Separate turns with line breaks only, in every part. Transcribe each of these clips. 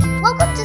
to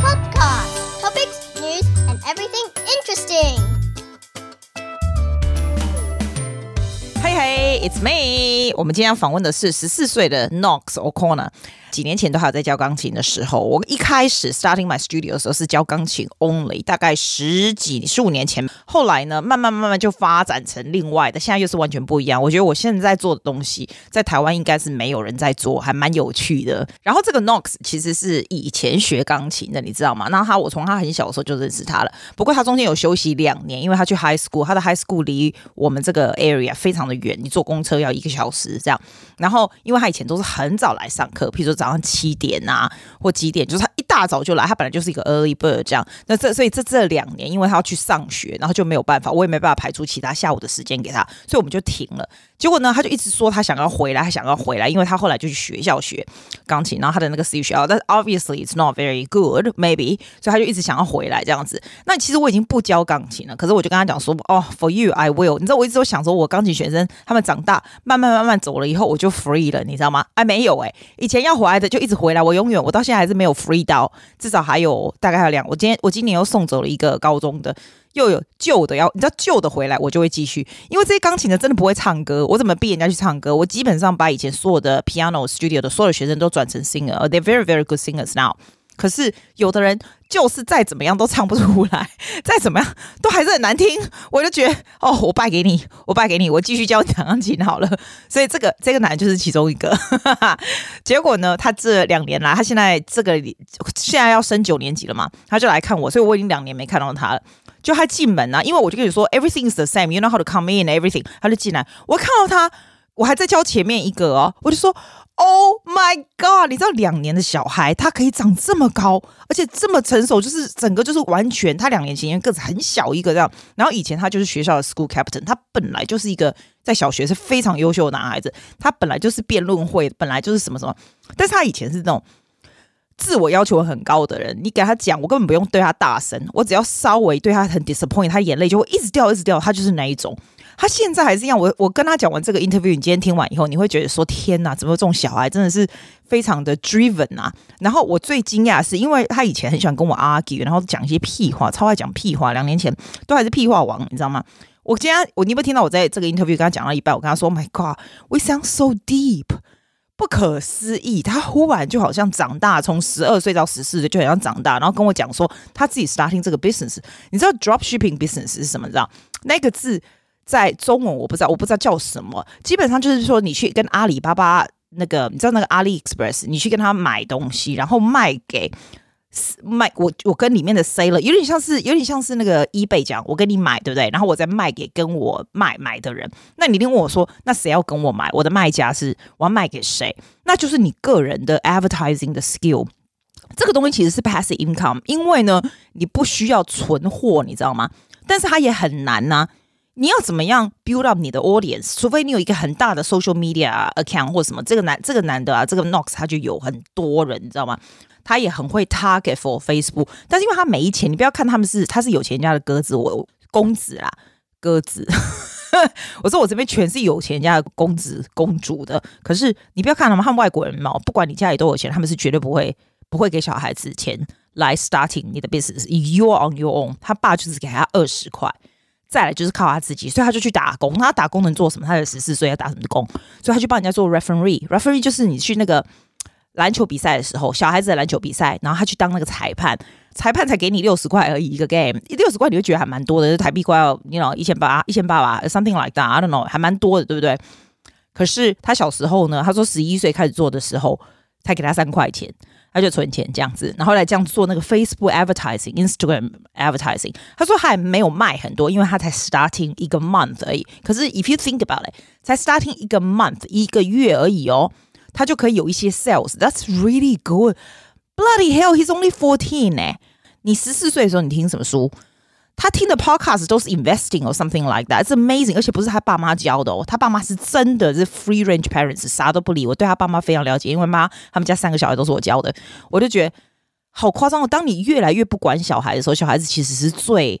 podcast. Topics, news, and everything interesting.
嘿嘿，It's me。我们今天要访问的是十四岁的 Knox O'Connor。几年前都还有在教钢琴的时候，我一开始 starting my studio 的时候是教钢琴 only，大概十几十五年前。后来呢，慢慢慢慢就发展成另外的，现在又是完全不一样。我觉得我现在做的东西，在台湾应该是没有人在做，还蛮有趣的。然后这个 Knox 其实是以前学钢琴的，你知道吗？那他我从他很小的时候就认识他了，不过他中间有休息两年，因为他去 high school，他的 high school 离我们这个 area 非常的远，你坐公车要一个小时这样。然后因为他以前都是很早来上课，譬如说早上七点啊或几点，就是他一大早就来，他本来就是一个 early bird 这样。那这所以这这两年，因为他要去上学，然后就没有办法，我也没办法排出其他下午的时间给他，所以我们就停了。结果呢，他就一直说他想要回来，他想要回来，因为他后来就去学校学钢琴，然后他的那个私立学校，但是 obviously it's not very good maybe，所以他就一直想要回来这样子。那其实我已经不教钢琴了，可是我就跟他讲说，哦，for you I will。你知道我一直都想说，我钢琴学生他们长大，慢慢慢慢走了以后，我就 free 了，你知道吗？哎，没有哎、以前要回来的就一直回来，我永远我到现在还是没有 free 到，至少还有大概还有两，我今天我今年又送走了一个高中的，又有旧的要，你知道旧的回来，我就会继续，因为这些钢琴的真的不会唱歌，我怎么逼人家去唱歌？我基本上把以前所有的 piano studio 的所有的学生都转成 singer，they're very very good singers now。可是有的人就是再怎么样都唱不出来，再怎么样都还是很难听，我就觉得哦，我败给你，我败给你，我继续教你弹钢琴好了。所以这个这个男的就是其中一个。 结果呢，他这两年来，他现在这个现在要升九年级了嘛，他就来看我，所以我已经两年没看到他了。就他进门啊，因为我就跟你说，everything is the same，you know how to come in everything，他就进来，我看到他，我还在教前面一个哦，我就说。Oh my god！你知道两年的小孩，他可以长这么高，而且这么成熟，就是整个就是完全。他两年前因为个子很小一个这样，然后以前他就是学校的 school captain，他本来就是一个在小学是非常优秀的男孩子，他本来就是辩论会，本来就是什么什么，但是他以前是那种自我要求很高的人，你给他讲，我根本不用对他大声，我只要稍微对他很 disappoint，他眼泪就会一直掉，一直掉，他就是那一种。他现在还是一样，我我跟他讲完这个 interview，你今天听完以后，你会觉得说天哪，怎么这种小孩真的是非常的 driven 啊！然后我最惊讶的是，因为他以前很喜欢跟我 argue，然后讲一些屁话，超爱讲屁话，两年前都还是屁话王，你知道吗？我今天我你有没有听到我在这个 interview 跟他讲到一半，我跟他说、oh、，My God，we sound so deep。不可思议，他忽然就好像长大，从十二岁到十四岁就好像长大，然后跟我讲说他自己 starting 这个 business，你知道 drop shipping business 是什么？你知道那个字在中文我不知道，我不知道叫什么，基本上就是说你去跟阿里巴巴那个，你知道那个阿里 express，你去跟他买东西，然后卖给。卖我我跟里面的 seller 有点像是有点像是那个 eBay 讲，我跟你买对不对？然后我再卖给跟我卖买的人。那你一定问我说，那谁要跟我买？我的卖家是我要卖给谁？那就是你个人的 advertising 的 skill。这个东西其实是 passive income，因为呢你不需要存货，你知道吗？但是它也很难呐、啊。你要怎么样 build up 你的 audience？除非你有一个很大的 social media account 或什么。这个男这个男的啊，这个 Knox 他就有很多人，你知道吗？他也很会 target for Facebook，但是因为他没钱，你不要看他们是他是有钱人家的鸽子，我公子啦，鸽子。 我说我这边全是有钱人家的公子公主的，可是你不要看他们，他们外国人嘛，不管你家里多有钱，他们是绝对不会不会给小孩子钱来 starting 你的 business。You're on your own，他爸就是给他二十块。再来就是靠他自己，所以他就去打工。他打工能做什么？他才十四岁，要打什么工？所以他去帮人家做 referee。referee 就是你去那个篮球比赛的时候，小孩子的篮球比赛，然后他去当那个裁判，裁判才给你六十块而已一个 game，六十块你就觉得还蛮多的，就是、台币快要你 you know 一千八、一千八吧，something like that，I don't know，还蛮多的，对不对？可是他小时候呢，他说十一岁开始做的时候，才给他三块钱。他就存钱这样子，然后来这样做那个 Facebook advertising、Instagram advertising。他说还没有卖很多，因为他才 starting 一个 month 而已。可是 if you think about it，才 starting 一个 month 一个月而已哦，他就可以有一些 sales。That's really good. Bloody hell, he's only fourteen 呢、欸。你十四岁的时候，你听什么书？他听的 podcast 都是 investing or something like that，i t s amazing，而且不是他爸妈教的哦，他爸妈是真的是 free range parents，啥都不理。我对他爸妈非常了解，因为妈他们家三个小孩都是我教的，我就觉得好夸张哦。当你越来越不管小孩的时候，小孩子其实是最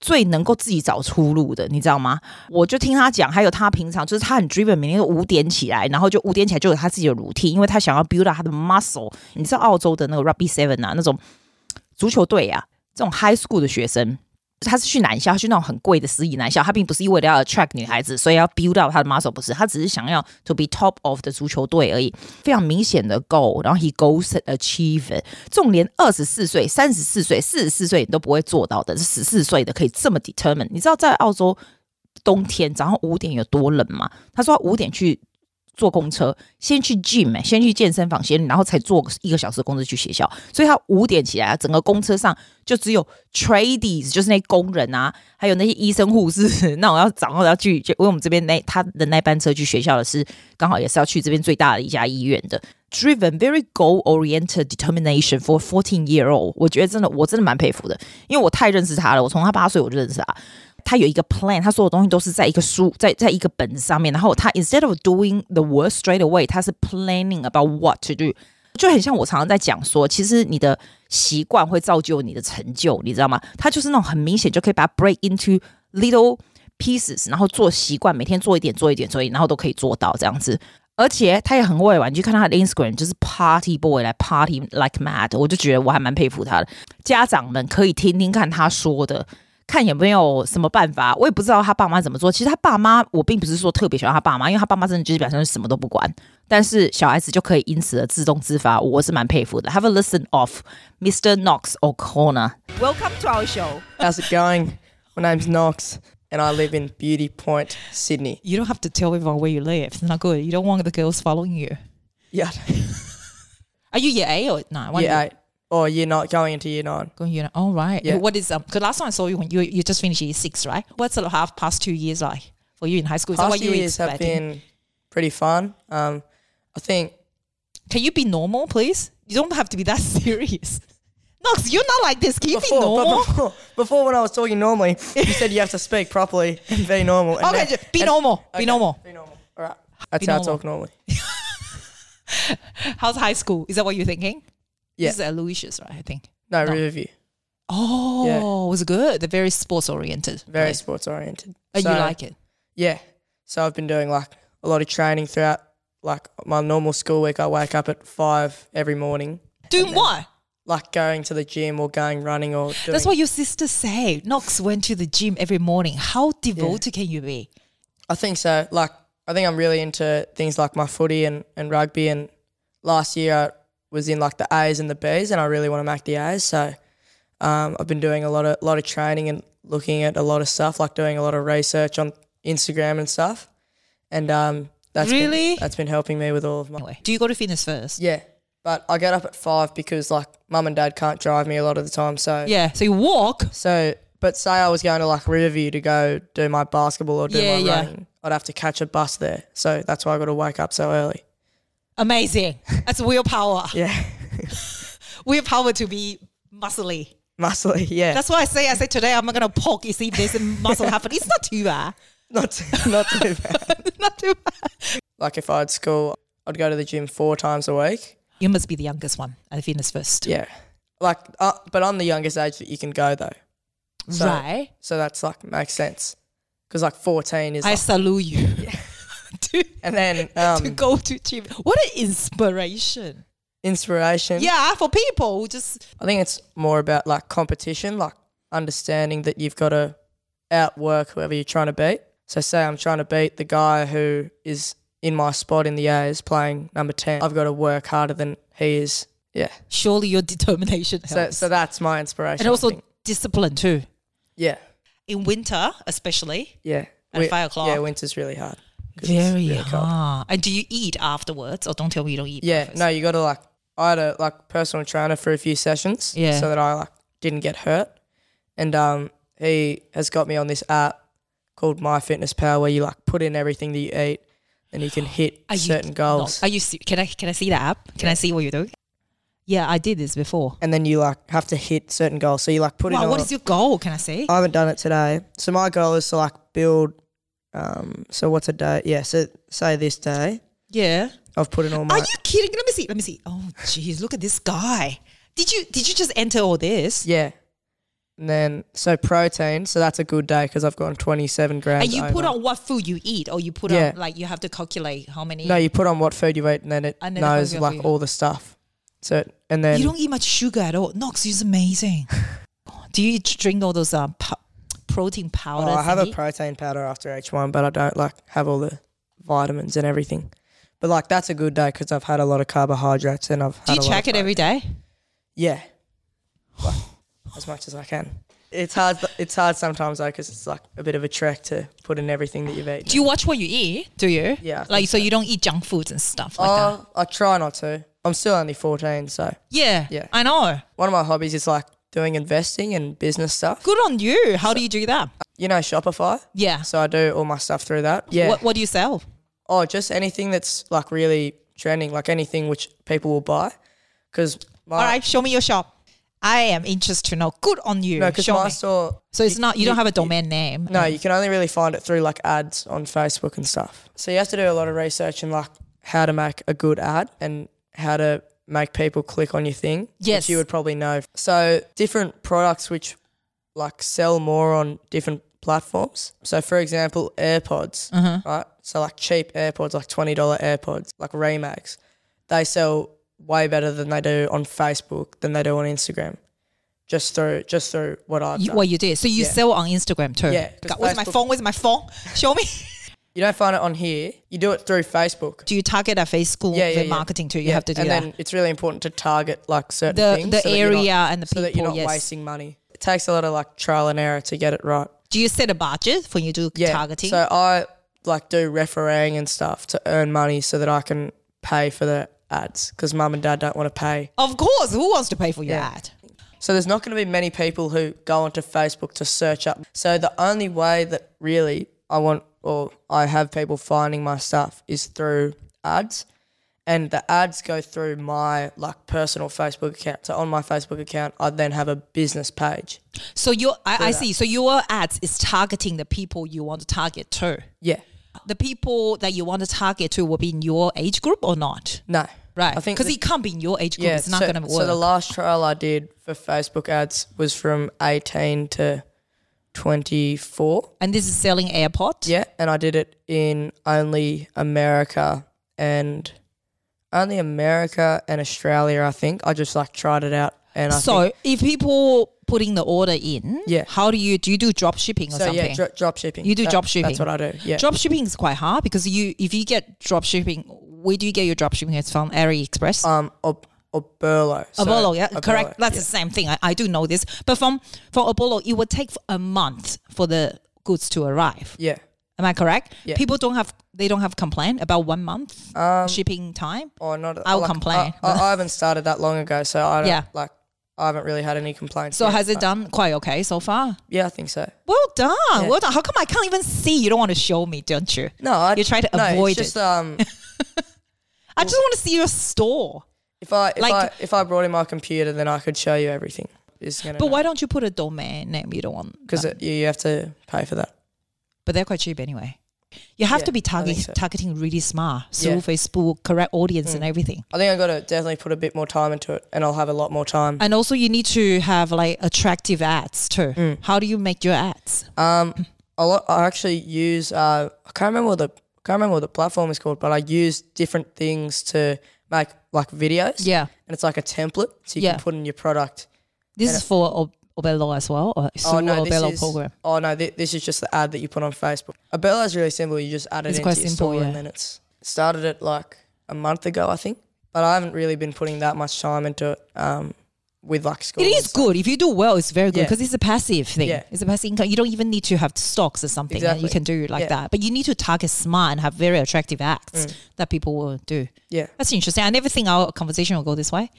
最能够自己找出路的，你知道吗？我就听他讲，还有他平常就是他很 driven，每天都五点起来，然后就五点起来就有他自己的 routine，因为他想要 build up 他的 muscle。你知道澳洲的那个 rugby seven 啊，那种足球队啊，这种 high school 的学生，他是去男校，他去那种很贵的私立男校，他并不是因为了要 attract 女孩子，所以要 build up 他的 muscle，不是，他只是想要 to be top of 的足球队而已，非常明显的 goal，然后 he goes and achieve it。这种连二十四岁、三十四岁、四十四岁你都不会做到的，十四岁的可以这么 determine。你知道在澳洲冬天早上五点有多冷吗？他说五点去坐公车，先去 gym，、欸、先去健身房，先然后才坐一个小时的公车去学校。所以他五点起来，整个公车上就只有 tradies，就是那工人啊，还有那些医生护士。 那我要早上要去，就因为我们这边那他的那班车去学校的是刚好也是要去这边最大的一家医院的。Driven, very goal oriented determination for fourteen year old，我觉得真的我真的蛮佩服的，因为我太认识他了，我从他八岁我就认识他。他有一个 plan，他所有东西都是在一个书，在在一个本子上面。然后他 instead of doing the work straight away，他是 planning about what to do，就很像我常常在讲说，其实你的习惯会造就你的成就，你知道吗？他就是那种很明显就可以把它 break into little pieces，然后做习惯，每天做一点，做一点，做一点，然后都可以做到这样子。而且他也很会玩，你去看他的 Instagram，就是 Party Boy 来 Party like mad，我就觉得我还蛮佩服他的。家长们可以听听看他说的，看有没有什么办法。我也不知道他爸妈怎么做。其实他爸妈，我并不是说特别喜欢他爸妈，因为他爸妈真的就是表现什么都不管。但是小孩子就可以因此而自动自发，我是蛮佩服的。Have a listen of Mr. Knox O'Connor. Welcome to our show.
How's it going? My name's Knox, and I live in Beauty Point, Sydney.
You don't have to tell everyone where you live. It's not good. You don't want the girls following you.
Yeah,
Are you year eight or nine? What
year
are you-
eight. Or oh, year nine, going into year nine.
Going year nine. All right.
Yeah.
What is um? Because last time I saw you, when you you just finished year six, right? What's the half past two years like for you in high school? Is that
Past
what you were
years have
expecting?
been pretty fun. Um, I think
Can you be normal, please? You don't have to be that serious. Nox, you're not like this. Can you be
before, but
normal?
before, before when I was talking normally, you said you have to speak properly and be normal. and
Okay,
then-
ju- be normal. Be
okay,
normal.
Be normal. All right. That's
Be
how
normal.
I talk normally.
How's high school? Is that what you're thinking?
Yeah.
This is at Aloysius, right? I think.
No,
No.
Riverview.
Oh, was it good? They're very sports oriented.
Very sports oriented.
Oh,
So,
you like it?
Yeah. So I've been doing like a lot of training throughout like my normal school week. I wake up at five every morning,
Doing what?
like going to the gym or going running or doing.
That's what your sister say. Knox went to the gym every morning. How devoted can you be?
I think so. Like I think I'm really into things like my footy and, and rugby. And last year I was in like the A's and the B's, and I really want to make the A's. So um, I've been doing a lot of lot of training and looking at a lot of stuff, like doing a lot of research on Instagram and stuff. And um, that's been-
Really?
that's been helping me with all of my
Anyway, do you go to fitness first?
yeah. But I get up at five because like mum and dad can't drive me a lot of the time. So
Yeah. So you walk.
so, but say I was going to like Riverview to go do my basketball or do
Yeah,
my
yeah.
running, I'd have to catch a bus there. So that's why I got to wake up so early.
Amazing. That's willpower.
Yeah,
Willpower to be muscly.
muscly. Yeah,
That's why I say I say today I'm not gonna poke and see if there's a muscle happening. It's not too bad.
not too, not too bad.
not too bad.
like if I had school, I'd go to the gym four times a week.
You must be the youngest one at the fitness first.
Yeah, like uh, but I'm the youngest age that you can go though, so-
right.
so that's like makes sense because like 14 is,
I
like,
salute you. to,
and then
to
um,
go to gym. What an inspiration.
inspiration.
Um, Yeah, for people who just
I think it's more about like competition, like understanding that you've got to outwork whoever you're trying to beat. So say I'm trying to beat the guy who is in my spot in the A's playing number 10. I've got to work harder than he is. Yeah.
surely your determination
So,
helps.
so that's my inspiration.
and
I
also
think.
discipline too.
yeah.
In winter, especially.
Yeah.
At
Wi-
five o'clock.
Yeah, winter's really hard. 'cause it's
Very
really cold.
hard. And do you eat afterwards? Or don't tell me you don't eat.
Yeah.
breakfast.
No, you got to like, I had a like personal trainer for a few sessions.
Yeah.
So that I like didn't get hurt. And um, he has got me on this app called MyFitnessPal where you like put in everything that you eat and you can hit
Are you-
certain goals.
Are you? se- Can I? Can I see the app? Can I see what you're doing? Yeah, I did this before.
and then you like have to hit certain goals. So you Oh. like put in.
Wow,
all-
what is your goal? Can I see?
I haven't done it today. So my goal is to like build. Um, so what's a day? Yeah. So say this day
yeah.
I've put in all my.
Are you kidding? Let me see. Let me see. Oh, jeez, look at this guy. Did you? Did you just enter all this?
yeah. And then, so protein. So that's a good day because I've gone 27 grams.
And you put
over.
on what food you eat, or you put
Yeah.
on like you have to calculate how many.
No, you put on what food you eat, and then it
And then it
knows
comes up
like
with-
all the stuff. So and then
you don't eat much sugar at all. Nox is amazing. Do you drink all those um, pow- protein
Oh,
powder?
I have a
thingy?
protein powder after each one, but I don't like have all the vitamins and everything. But like that's a good day because I've had a lot of carbohydrates and I've.
Do
had
you
a lot
check
of
it every day?
protein. Yeah, Like, as much as I can. It's hard. It's hard sometimes though because it's like a bit of a trek to put in everything that you've eaten.
Do you watch what you eat? Do you?
Yeah, I
Like
think
so, you don't eat junk foods and stuff like that.
Oh, I try not to. I'm still only 14, so
Yeah.
yeah.
I know.
one of my hobbies is like doing investing and business stuff.
Good on you. How do you do that?
You know Shopify,
Yeah.
so I do all my stuff through that. Yeah.
What, what do you sell?
Oh, just anything that's like really trending, like anything which people will buy. Because my,
All right, show me your shop. I am interested to know. Good on you.
no, 'cause
show
my
me.
store,
So it's not you, don't
you-
have a domain name.
no, you can only really find it through like ads on Facebook and stuff. So you have to do a lot of research and like how to make a good ad and how to make people click on your thing.
Yes.
Which you would probably know. So different products which like sell more on different platforms. So for example, AirPods,
Uh-huh.
right? So like cheap AirPods, like $20 AirPods, like Remax, they sell way better than they do on Facebook than they do on Instagram. Just through just through what I've
You,
done.
what you did. So you
Yeah.
sell on Instagram too.
Yeah, 'cause
God, where's my
Facebook-
phone? Where's my phone? Show me.
You don't find it on here. You do it through Facebook.
do you target a face school
Yeah, yeah,
the
yeah.
marketing too? You
Yeah,
have to do
and
that.
then it's really important to target like certain
The
things,
the
so that you're not-
area and the
so
people.
that you're not
yes.
wasting money. It takes a lot of like trial and error to get it right.
Do you set a budget when you do
Yeah,
targeting?
So I like do refereeing and stuff to earn money so that I can pay for the ads because mum and dad don't want to pay.
of course. Who wants to pay for your ad?
So there's not going to be many people who go onto Facebook to search up. So the only way that really I want or I have people finding my stuff is through ads. And the ads go through my like personal Facebook account. So on my Facebook account, I then have a business page.
So your I, I see. So your ads is targeting the people you want to target to.
Yeah.
The people that you want to target to will be in your age group or not?
No.
Right.
I think
because
the-
it can't be in your age group. it's not
so,
going to work.
So the last trial I did for Facebook ads was from 18 to 24.
and this is selling AirPods.
Yeah, and I did it in only America and only America and Australia. I think I just like tried it out, and I
So
think,
if people putting the order in,
Yeah.
how do you do? You do drop shipping or
so
something?
yeah, dro- drop shipping.
You do drop shipping.
That's what I do. Yeah,
Drop shipping is quite hard because you if you get drop shipping, where do you get your drop shipping? It's from AliExpress.
um, or or Burlo. So,
Apollo, yeah,
Oberlo,
correct. That's
yeah.
the same thing. I, I do know this, but from from Apollo, it would take a month for the goods to arrive.
yeah.
Am I correct?
Yeah. Um,
People don't have they don't have complaint about one month shipping time.
Or not.
I'll
like,
complain.
I, I, I haven't started that long ago, so I don't
Yeah.
like. I haven't really had any complaints.
So
yet,
has it
but-
done quite okay so far?
Yeah, I think so.
Well done,
Yeah.
well done. How come I can't even see? You don't want to show me, don't you?
No, I,
You try to
no,
avoid
it's just,
it.
Um,
I just want to see your store.
if I if
Like-
I if I brought in my computer, then I could show you everything. It's gonna.
But why don't you put a domain name? You don't want
Because you you have to pay for that.
but they're quite cheap anyway. You have
Yeah,
to be
I think
targeting
so.
targeting really smart through
Yeah. Mm.
Facebook, correct audience and everything.
I think I got to definitely put a bit more time into it, and I'll have a lot more time.
And also you need to have like attractive ads too.
Mm.
How do you make your ads?
A lot. I actually use. Uh, I can't remember what the I can't remember what the platform is called, but I use different things to make like videos.
Yeah.
and it's like a template, so you
Yeah.
can put in your product.
This
uh,
is for Ob- Obello as well, or Sue Obello program.
Oh no, thi- this is just the ad that you put on Facebook. Obello is really simple. You just add it
It's
into
quite
your
simple,
store,
yeah.
and then it's started it like a month ago, I think. But I haven't really been putting that much time into it um, with like school.
It
and
is good if you do well. It's very good
Yeah.
because it's a passive thing.
Yeah.
It's a passive income. You don't even need to have stocks or something. that You
Exactly.
can do like
Yeah. Mm.
that, but you need to target smart and have very attractive acts that people will do.
Yeah,
That's interesting. I never think our conversation will go this way.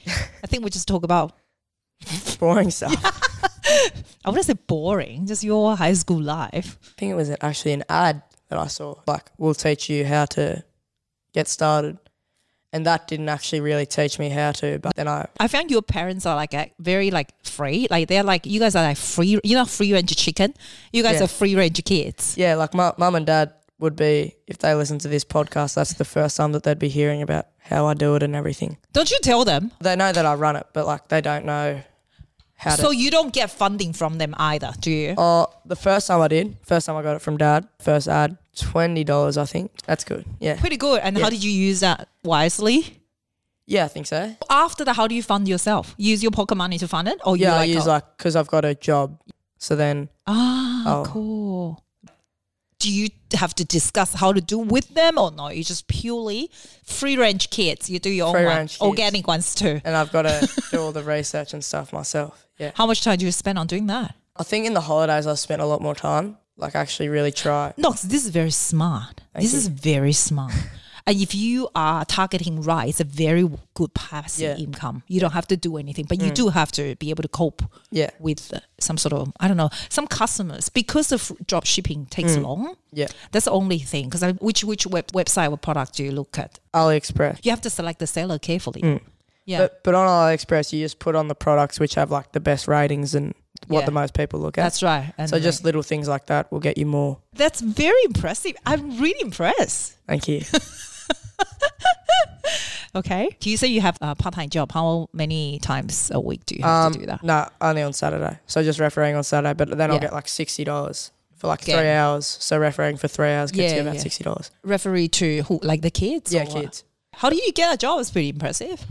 I think we just talk about
boring stuff.
I wouldn't say boring, just your high school life.
I think it was actually an ad that I saw. Like, we'll teach you how to get started. And that didn't actually really teach me how to, but then I,
I found your parents are like a, very like free. Like they're like you guys are like free. You're not free range chicken. You guys
Yeah.
are free range kids.
yeah, like my mum and dad would be, if they listen to this podcast, that's the first time that they'd be hearing about how I do it and everything.
Don't you tell them?
They know that I run it, but like they don't know how to.
So you don't get funding from them either, do you?
Uh, the first time I did, first time I got it from dad, first ad, twenty dollars, I think. That's good. Yeah,
Pretty good. And how did you use that wisely?
yeah, I think so.
After that, how do you fund yourself? Use your pocket money to fund it, or
Yeah,
you
I
like,
use
oh,
like because I've got a job. So then,
ah,
Oh.
cool. Do you have to discuss how to do with them, or no? You just purely free range kids. You do your own
Free-range
ones,
kids.
organic ones too.
and I've got to do all the research and stuff myself. Yeah,
How much time do you spend on doing that?
I think in the holidays I spent a lot more time. Like actually, really try.
Nox, this is very smart. this is very smart. And if you are targeting right, it's a very good passive
Yeah.
income. You don't have to do anything, but you do have to be able to cope
Yeah,
with uh, some sort of, I don't know, some customers because of drop shipping takes
Mm.
long.
yeah.
That's the only thing. Because which which web, website or product do you look at?
AliExpress.
You have to select the seller carefully. Yeah.
Mm. But, but on AliExpress, you just put on the products which have like the best ratings and what
Yeah.
the most people look at.
that's right. And
so just little things like that will get you more.
that's very impressive. I'm really impressed.
Thank you.
Okay. Do you say you have a part time job? How many times a week do you have
um,
to do
no,
that?
only on Saturday. So just refereeing on Saturday, but then I'll
Yeah.
get like sixty dollars for like
Okay.
three hours. So refereeing for three hours gets
Yeah,
you about
yeah.
sixty dollars.
Referee to who? Like the kids?
Yeah,
or what?
kids.
How do you get a job? It's pretty impressive.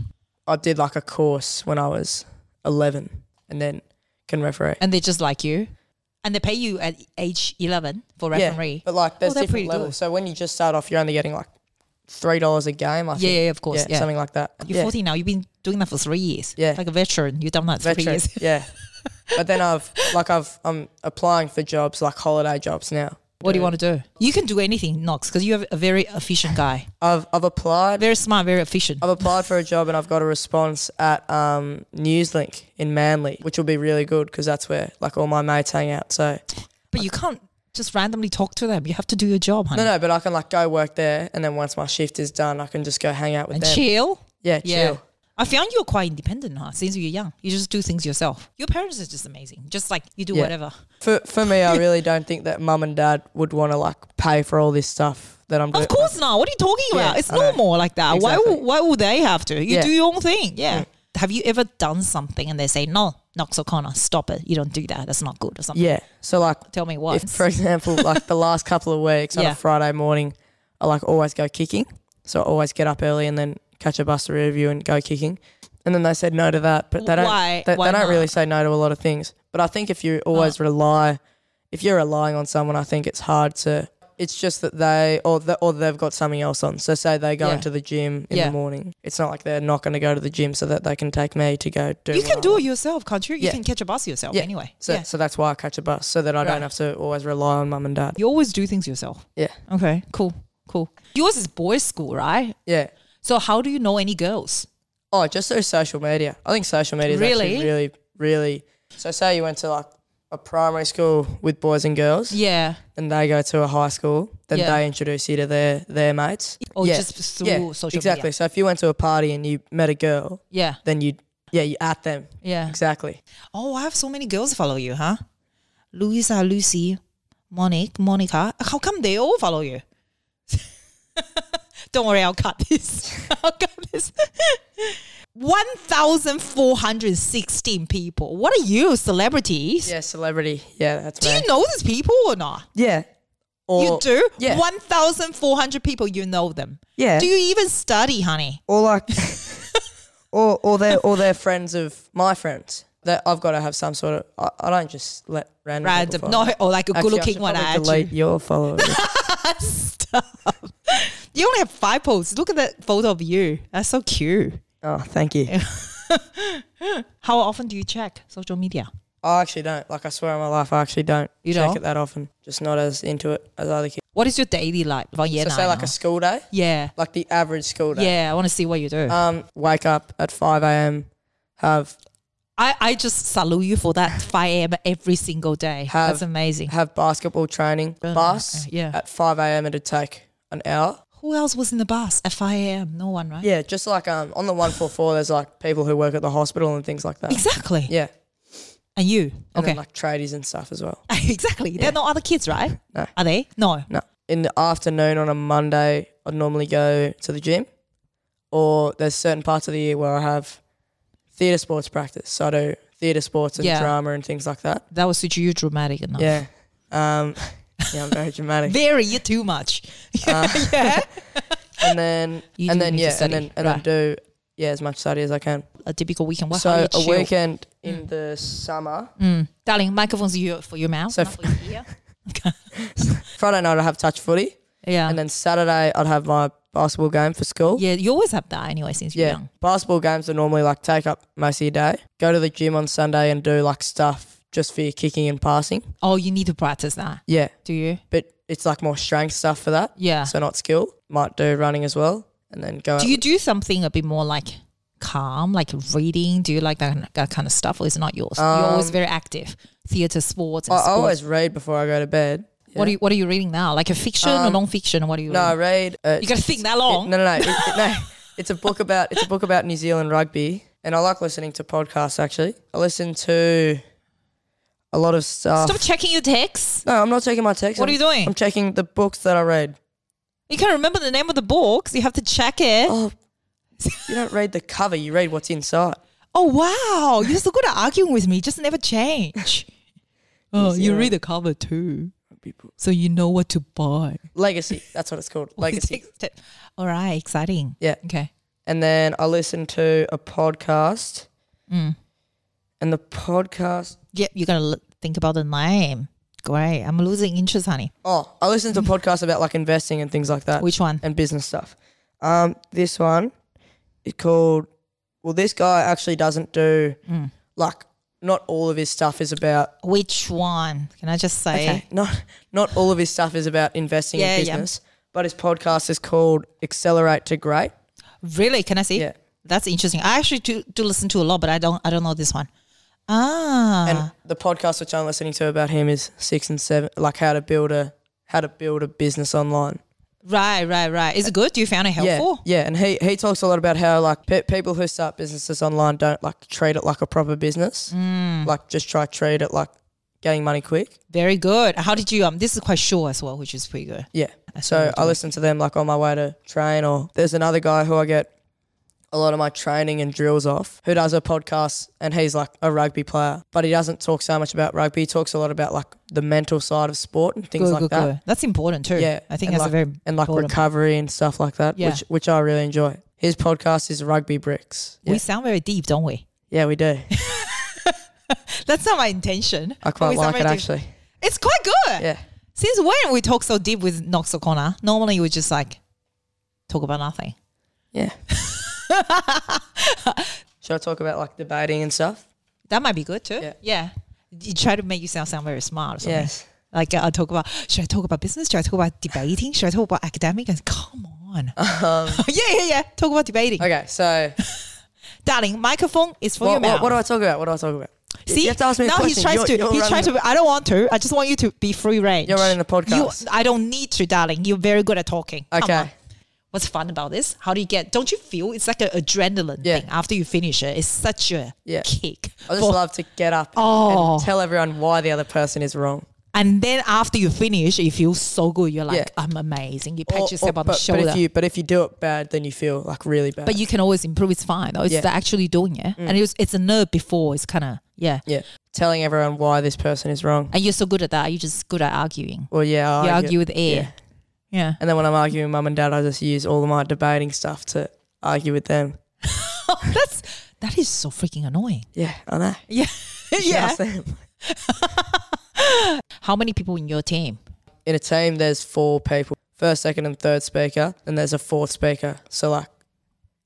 I did like a course when I was eleven, and then can referee.
And they just like you. And they pay you at age 11 for
Yeah,
referee. Oh,
but like there's
they're pretty
different levels.
good.
So when you just start off, you're only getting like three dollars a game. I
Yeah,
think.
yeah, of course, yeah.
something like that.
You're
yeah.
40 now. You've been doing that for three years.
Yeah.
Like a veteran. You've done that three
Veteran,
years.
yeah. But then I've like I've I'm applying for jobs like holiday jobs now.
What do you want to do? You can do anything, Knox, because you're a very efficient guy.
I've I've applied.
Very smart, very efficient.
I've applied for a job and I've got a response at um, Newslink in Manly, which will be really good because that's where like all my mates hang out. So
But you can't just randomly talk to them. You have to do your job, honey.
no, no, but I can like go work there, and then once my shift is done, I can just go hang out with
and
them.
chill.
Yeah,
Yeah.
chill.
I found you're quite independent, huh? Since you're young, you just do things yourself. Your parents are just amazing. Just like you do
Yeah.
whatever.
For for me, I really don't think that mum and dad would want to like pay for all this stuff that I'm doing.
Of course not. What are you talking
uh, Yeah,
about? it's
I know.
normal like that. Why
Exactly.
would why would they have to? You
Yeah.
do your own thing. Yeah. Have you ever done something and they say, No, Knox O'Connor, stop it. You don't do that. That's not good or something.
Yeah. So like,
Tell me what.
if for example, like the last couple of weeks on
Yeah.
a Friday morning, I like always go kicking. So I always get up early and then catch a bus to review and go kicking. And then they said no to that, but they don't.
Why-
They,
why
they don't
not? Oh.
really say no to a lot of things. But I think if you always rely, if you're relying on someone, I think it's hard to. It's just that they or the, or they've got something else on. So say they go
Yeah.
into the gym in
Yeah.
the morning. It's not like they're not going to go to the gym so that they can take me to go do.
you
what
can
I
do
want.
it yourself, can't you? You
Yeah.
can catch a bus yourself
Yeah.
anyway.
So,
yeah.
so that's why I catch a bus, so that I
Right.
don't have to always rely on mum and dad.
You always do things yourself.
Yeah,
Okay. Cool. Cool. Yours is boys' school, right?
yeah.
So how do you know any girls?
Oh, just through social media. I think social media is
Really?
actually really, really. So, say you went to like a primary school with boys and girls,
Yeah.
and they go to a high school, then
Yeah.
they introduce you to their their mates.
Or
Yeah.
just through
Yeah,
social
exactly. So, if you went to a party and you met a girl,
media.
then you, yeah, you at them.
Yeah. Yeah.
Exactly.
Oh, I have so many girls follow you, huh? Louisa, Lucy, Monique, Monica. How come they all follow you? Don't worry, I'll cut this. I'll cut this. 1,416 people. What are you, celebrities?
Yeah, celebrity. Yeah, that's
Do
me.
you know these people or not?
yeah. Or,
you do?
Yeah.
1,400 people, you know them.
yeah.
Do you even study, honey?
or like or or they're or they're friends of my friends that I've got to have some sort of I, I don't just let random people
Random.
follow.
No, or like a
Actually,
good
I
looking
should
one.
probably
I actually-
delete your followers
Stop. You only have five posts. Look at that photo of you. That's so cute.
oh thank you
How often do you check social media?
I actually don't like I swear on my life I actually don't
You
check
don't?
it that often just not as into it as other kids
What is your daily life? Van
so
Yen
say
I
like
know.
a school day
yeah.
like the average school day
Yeah, I want to see what you do.
um wake up at 5 a.m have
I, I just salute you for that 5 a.m. every single day.
Have-
That's amazing.
have basketball training
Uh,
bus
yeah.
at 5 a.m it'd take an hour
Who else was in the bus at 5 a.m.? No one, right?
yeah just like um on the 144 there's like people who work at the hospital and things like that
Exactly.
yeah
And you?
And
okay.
then, like tradies and stuff as well.
exactly. There are no other kids, right?
No.
Are they? No.
No. In the afternoon on a Monday, I'd normally go to the gym, or there's certain parts of the year where I have theatre sports practice. So I do theatre sports and
Yeah. Oh.
drama and things like that.
That was such you dramatic enough.
Yeah. Um, yeah, I'm very dramatic.
Very, you're too much.
and then
You
and
do
then
need to
yeah, and
study,
then and I
right.
do yeah as much study as I can.
A typical weekend. What,
so
how you
a
chill?
weekend in the summer,
Mm. Darling, microphone's you, for your mouth,
So
not for your ear.
Friday night I'd have touch footy,
Yeah.
and then Saturday I'd have my basketball game for school.
yeah, you always have that anyway since you're
Yeah.
young.
Basketball games are normally like take up most of your day. Go to the gym on Sunday and do like stuff just for your kicking and passing.
Oh, you need to practice that,
Yeah.
do you?
But it's like more strength stuff for that.
Yeah.
So uh, not skill. Might do running as well. And then go out.
do you do something a bit more like calm, like reading? Do you like that, that kind of stuff, or is it not yours? you're always very active. Theatre, sports,
Um, I,
and
I
sports.
always read before I go to bed.
What are you What are you reading now? Like a fiction or non-fiction? What are you?
Um, No, I
reading?
read. Uh,
you got to think that
it-
long.
no, no, no. It- it- no. It's a book about it's a book about New Zealand rugby, and I like listening to podcasts. Actually, I listen to a lot of stuff.
Stop checking your texts.
No, I'm not checking my text.
What are you
I'm-
doing?
I'm checking the books that I read.
You can't remember the name of the books. You have to check it. Oh,
Oh, you don't read the cover. You read what's inside.
Oh, wow, you're so good at arguing with me. Just never change. oh, you read the cover too, so you know what to buy.
Legacy. That's what it's called. Legacy.
All right, exciting.
Yeah.
Okay.
And then I listen to a podcast.
Mm.
And the podcast.
Yep, you gotta l- think about the name. Great. I'm losing interest, honey.
Oh, I listen to podcasts about like investing and things like that.
Which one?
and business stuff. Um, this one is called. Well, this guy actually doesn't do
Mm.
like not all of his stuff is about.
Which one? Can I just say?
Okay, not not all of his stuff is about investing
Yeah,
in
yeah.
business. But his podcast is called Accelerate to Great.
Really? Can I see?
Yeah.
That's interesting. I actually do, do listen to a lot, but I don't I don't know this one. Ah.
And the podcast which I'm listening to about him is six and seven, like how to build a how to build a business online.
right, right, right. Is it good? You found it helpful?
Yeah, yeah. And he he talks a lot about how like pe- people who start businesses online don't like treat it like a proper business.
Mm.
Like just try treat it like getting money quick.
Very good. How did you um this is quite short as well, which is pretty good.
Yeah. So I listen to them like on my way to train or there's another guy who I get a lot of my training and drills off who does a podcast and he's like a rugby player, but he doesn't talk so much about rugby. He talks a lot about like the mental side of sport and things
Good,
like
good,
that.
good. That's important too.
Yeah.
I think
and
that's
like,
a very
and like
important-
recovery and stuff like that,
Yeah.
which which I really enjoy. His podcast is Rugby Bricks.
We sound very deep, don't we?
Yeah, we do.
That's not my intention.
I
but
quite
we sound
like it
very deep.
actually.
It's quite good.
Yeah.
Since when we talk so deep with Knox O'Connor? Normally we just like talk about nothing.
Yeah. Should I talk about like debating and stuff?
That might be good too.
Yeah.
You try to make you sound sound very smart or something. Like uh, I talk about should I talk about business? Should I talk about debating? Should I talk about academic? And come on. yeah, yeah, yeah. Talk about debating.
Um, Okay, so
Darling, microphone is for your
what,
mouth.
what, what do I talk about? What do I talk about? You-
See,
you have to ask me a
now he
question.
tries
You're-
to.
you're
he
running
tries
the-
to. I don't want to. I just want you to be free range.
You're running the podcast.
You- I don't need to, darling. You're very good at talking. Come
Okay.
on. What's fun about this? How do you get? Don't you feel it's like an adrenaline
Yeah.
thing after you finish it? It's such a
Yeah.
kick.
I just
for-
love to get up
Oh.
and tell everyone why the other person is wrong.
and then after you finish, you feel so good. You're like,
Yeah.
I'm amazing. You pat
Or- or-
yourself on
but,
the shoulder.
But if you but if you do it bad, then you feel like really bad.
But you can always improve. It's fine. Though. It's
Yeah. Mm.
the actually doing it, and it's it's a nerve before. It's kind of yeah.
yeah, telling everyone why this person is wrong.
And you're so good at that. You're just good at arguing.
Well, yeah, I
You argue with air. yeah.
And then when I'm arguing with mum and dad, I just use all of my debating stuff to argue with them.
That's that is so freaking annoying.
Yeah, I know.
Yeah. yeah.
Ask them.
How many people in your team?
in a team there's four people first second and third speaker and there's a fourth speaker so like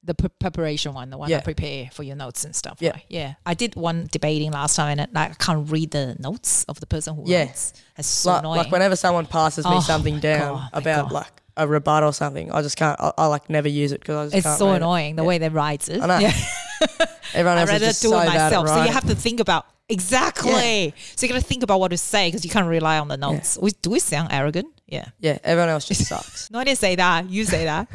The pre- preparation one, the one
Yeah.
that prepare for your notes and stuff.
Yeah.
right? Yeah. I did one debating last time and it, like, I can't read the notes of the person who
Yeah.
writes. It's so
like,
annoying.
like whenever someone passes me
Oh, my
something down
God, my
about
God.
like a rebuttal or something i just can't i, I like never use it because i just
it's
can't
so
read it.
annoying the way they write it.
I know.
Yeah.
everyone
I
else is
rather do
just so
it
bad at
myself. So you
writing.
have to think about exactly. So you got to think about what to say because you can't rely on the notes. We, do we sound arrogant? Yeah.
yeah everyone else just sucks
No, I didn't say that. You say that.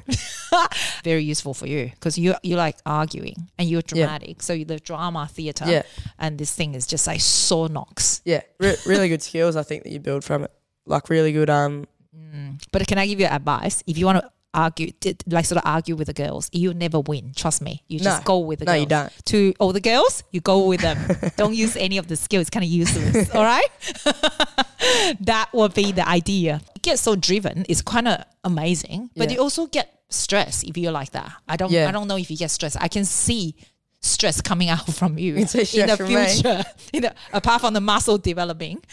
Very useful for you because you you like arguing and you're dramatic. So you the drama theater
Yeah.
and this thing is just like so knocks.
yeah re- really good skills i think that you build from it like really good um
But can I give you advice? If you want to argue, did, like sort of argue with the girls. You never win. Trust me. You just
No.
go with the
No,
girls.
you don't.
To all the girls, you go with them. don't use any of the skill. It's kind of useless. all right. that would be the idea. You get so driven. It's kind of amazing, but
Yeah.
you also get stress if you're like that. I don't.
Yeah.
I don't know if you get stressed. I can see stress coming out from you in
It's a
the
stress for me.
future. You know, apart from the muscle developing,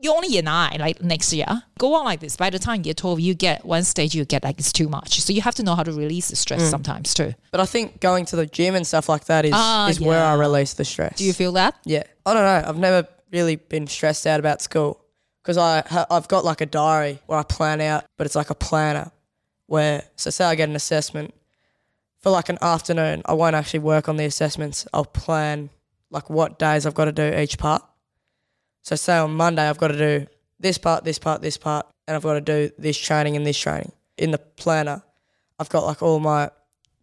you only and I like next year go on like this. By the time you're 12, you get one stage, you get like it's too much. So you have to know how to release the stress
Mm.
sometimes too.
But I think going to the gym and stuff like that is
Ah,
is where
yeah.
I release the stress.
Do you feel that?
Yeah, I don't know. I've never really been stressed out about school because I ha- I've got like a diary where I plan out, but it's like a planner where so say I get an assessment for like an afternoon, I won't actually work on the assessments. I'll plan like what days I've got to do each part. So say on Monday I've got to do this part, this part, this part, and I've got to do this training and this training. In the planner, I've got like all my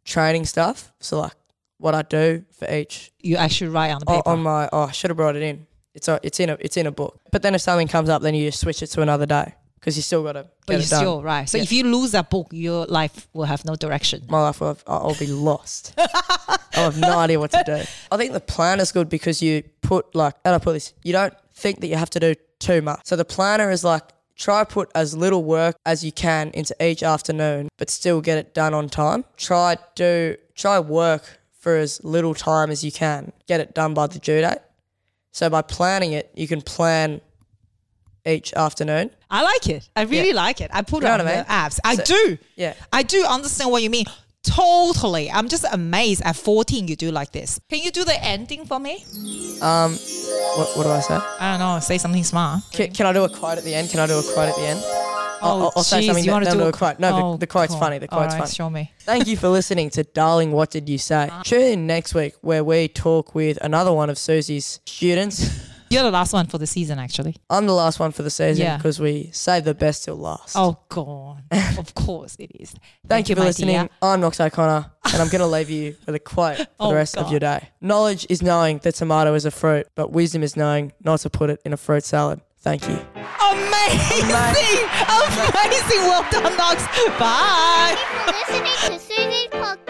training stuff. So like what I do for each
You actually write on the
Oh,
paper.
on my oh, I should have brought it in. It's a, it's in a it's in a book. But then if something comes up, then you just switch it to another day because you still got to
but
get
you
it done.
still right. So if you lose that book, your life will have no direction.
my life will have, I'll I'll be lost. I have no idea what to do. I think the plan is good because you put like how do I put this? You don't think that you have to do too much. So the planner is like try put as little work as you can into each afternoon, but still get it done on time. Try do try work for as little time as you can. Get it done by the due date. So by planning it, you can plan each afternoon.
I like it. I really like it. I put
You know
it on
what I
the
mean?
apps. I do.
yeah.
I do understand what you mean. Totally. I'm just amazed at 14 you do like this. Can you do the ending for me?
Um, what, what do I say?
I don't know. Say something smart.
Can, can I do a quote at the end? Can I do a quote at the end? I'll, I'll, I'll say
Oh, jeez,
something.
you
then
wanna
do a
qu-
quote. No,
oh,
the, the quote's
cool.
funny. The
All
quote's
right,
funny.
Show me.
Thank you for listening to Darling, What Did You Say?
Uh-huh.
Tune in next week where we talk with another one of Susie's students.
You're the last one for the season, actually.
I'm the last one for the season
Yeah.
because we save the best till last.
Oh God! of course it is.
Thank, you for
my
listening.
dear.
I'm Nox O'Connor and I'm going to leave you with a quote for
Oh,
the rest of
God.
your day. Knowledge is knowing that tomato is a fruit, but wisdom is knowing not to put it in a fruit salad. Thank you.
Amazing! Amazing! Well done, Knox. Bye.
Thank you for listening to Susie's podcast.